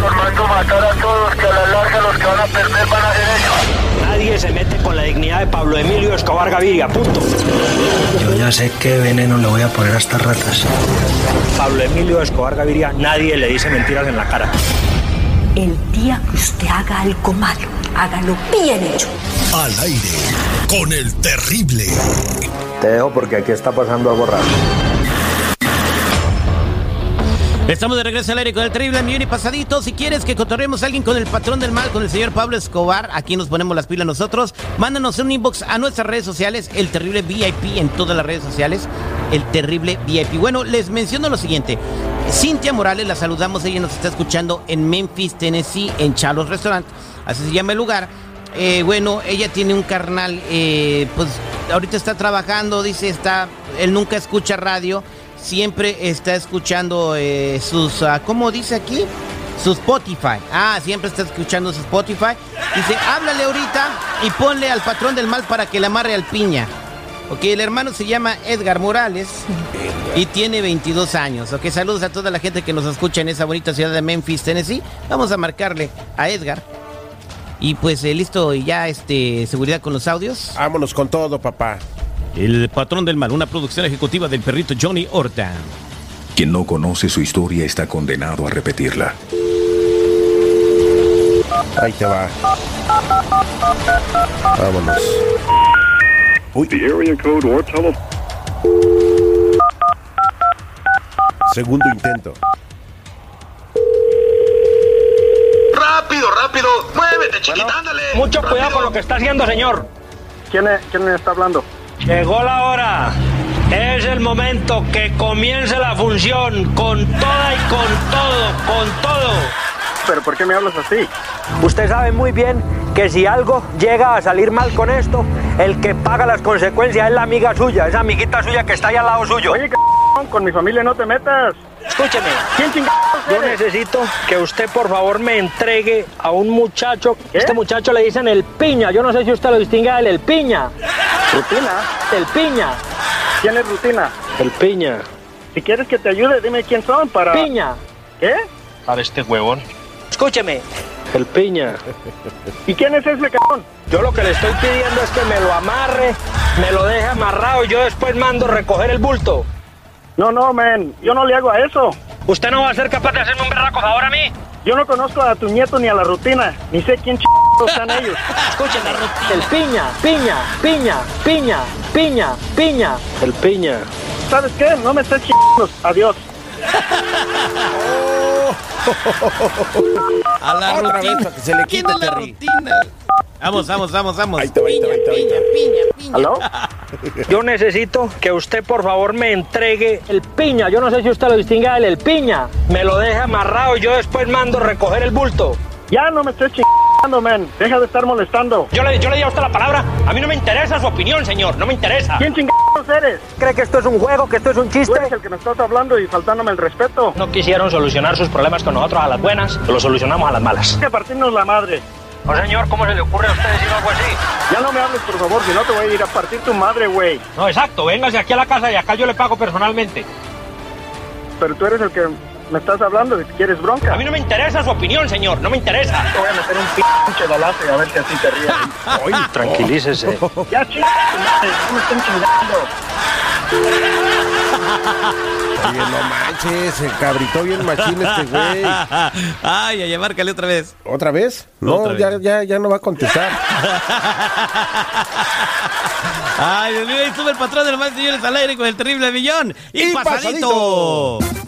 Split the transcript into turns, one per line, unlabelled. matar a todos, que a la larga los que van a perder van a ser ellos.
Nadie se mete con la dignidad de Pablo Emilio Escobar Gaviria, punto.
Yo ya sé qué veneno le voy a poner a estas ratas.
Pablo Emilio Escobar Gaviria, nadie le dice mentiras en la cara.
El día que usted haga algo malo, hágalo bien hecho.
Al aire, con el terrible.
Te dejo porque aquí está pasando algo raro.
Estamos de regreso al aire con el terrible millón y pasadito. Si quieres que cotorremos a alguien con el patrón del mal, con el señor Pablo Escobar, aquí nos ponemos las pilas nosotros. Mándanos un inbox a nuestras redes sociales, el terrible VIP en todas las redes sociales, el terrible VIP. Bueno, les menciono lo siguiente. Cintia Morales, la saludamos, ella nos está escuchando en Memphis, Tennessee, en Chalos Restaurant, así se llama el lugar. Eh, bueno, ella tiene un carnal, eh, pues ahorita está trabajando, dice, está, él nunca escucha radio siempre está escuchando eh, sus, uh, ¿cómo dice aquí? Su Spotify. Ah, siempre está escuchando su Spotify. Dice, háblale ahorita y ponle al patrón del mal para que le amarre al piña. Ok, el hermano se llama Edgar Morales y tiene 22 años. Ok, saludos a toda la gente que nos escucha en esa bonita ciudad de Memphis, Tennessee. Vamos a marcarle a Edgar. Y pues eh, listo, ya este, seguridad con los audios.
Vámonos con todo, papá.
El patrón del mal, una producción ejecutiva del perrito Johnny Horta.
Quien no conoce su historia está condenado a repetirla.
Ahí te va. Vámonos.
Uy. The area code or tele
Segundo intento.
Rápido, rápido. Muévete, chiquita, bueno, ándale.
Mucho
rápido.
cuidado con lo que está haciendo, señor.
¿Quién, es, quién está hablando?
Llegó la hora. Es el momento que comience la función con toda y con todo, con todo.
¿Pero por qué me hablas así?
Usted sabe muy bien que si algo llega a salir mal con esto, el que paga las consecuencias es la amiga suya, esa amiguita suya que está ahí al lado suyo.
Oye, c con mi familia no te metas.
Escúcheme.
¿Quién
Yo necesito que usted, por favor, me entregue a un muchacho. ¿Qué? Este muchacho le dicen el piña. Yo no sé si usted lo distingue del el piña.
¿Rutina?
El piña.
¿Quién es rutina?
El piña.
Si quieres que te ayude, dime quién son para.
Piña.
¿Qué?
Para este huevón. Escúcheme. El piña.
¿Y quién es ese cabrón?
Yo lo que le estoy pidiendo es que me lo amarre, me lo deje amarrado y yo después mando recoger el bulto.
No, no, men, yo no le hago a eso.
¿Usted no va a ser capaz de hacerme un berraco ahora a mí?
Yo no conozco a tu nieto ni a la rutina, ni sé quién ch... están ellos.
Escúchame, el piña, piña, piña, piña, piña, piña. El piña.
¿Sabes qué? No me estés chingando. Adiós.
a la Otra rutina. Vez, que se le quita la rutina. Vamos, vamos, vamos, vamos.
Ahí te va, ahí te va, ahí te va. Piña,
piña, piña. ¿Aló? Yo necesito que usted, por favor, me entregue el piña. Yo no sé si usted lo distingue del el piña. Me lo deja amarrado y yo después mando recoger el bulto.
Ya no me estés chingando, men. Deja de estar molestando.
Yo le, yo le di a usted la palabra. A mí no me interesa su opinión, señor. No me interesa.
¿Quién chingados eres?
¿Cree que esto es un juego, que esto es un chiste?
Tú eres el que me estás hablando y faltándome el respeto.
No quisieron solucionar sus problemas con nosotros a las buenas. Lo solucionamos a las malas.
Que partirnos la madre.
No, señor, ¿cómo se le ocurre a usted decir algo así?
Ya no me hables, por favor, si no te voy a ir a partir tu madre, güey.
No, exacto, véngase aquí a la casa y acá yo le pago personalmente.
Pero tú eres el que me estás hablando, si quieres bronca.
A mí no me interesa su opinión, señor, no me interesa.
Te voy a meter un pinche balazo y a ver si así te ríes.
Oye, tranquilícese.
ya, chingada, no me estén chingando.
Oye, no manches, se cabritó bien machín este güey.
Ay, ya márcale otra vez.
¿Otra vez? No, otra ya, vez. ya, ya no va a contestar.
Ay, Dios mío, ahí sube el patrón del mal, señores, al aire con el terrible millón. ¡Y, y pasadito. pasadito.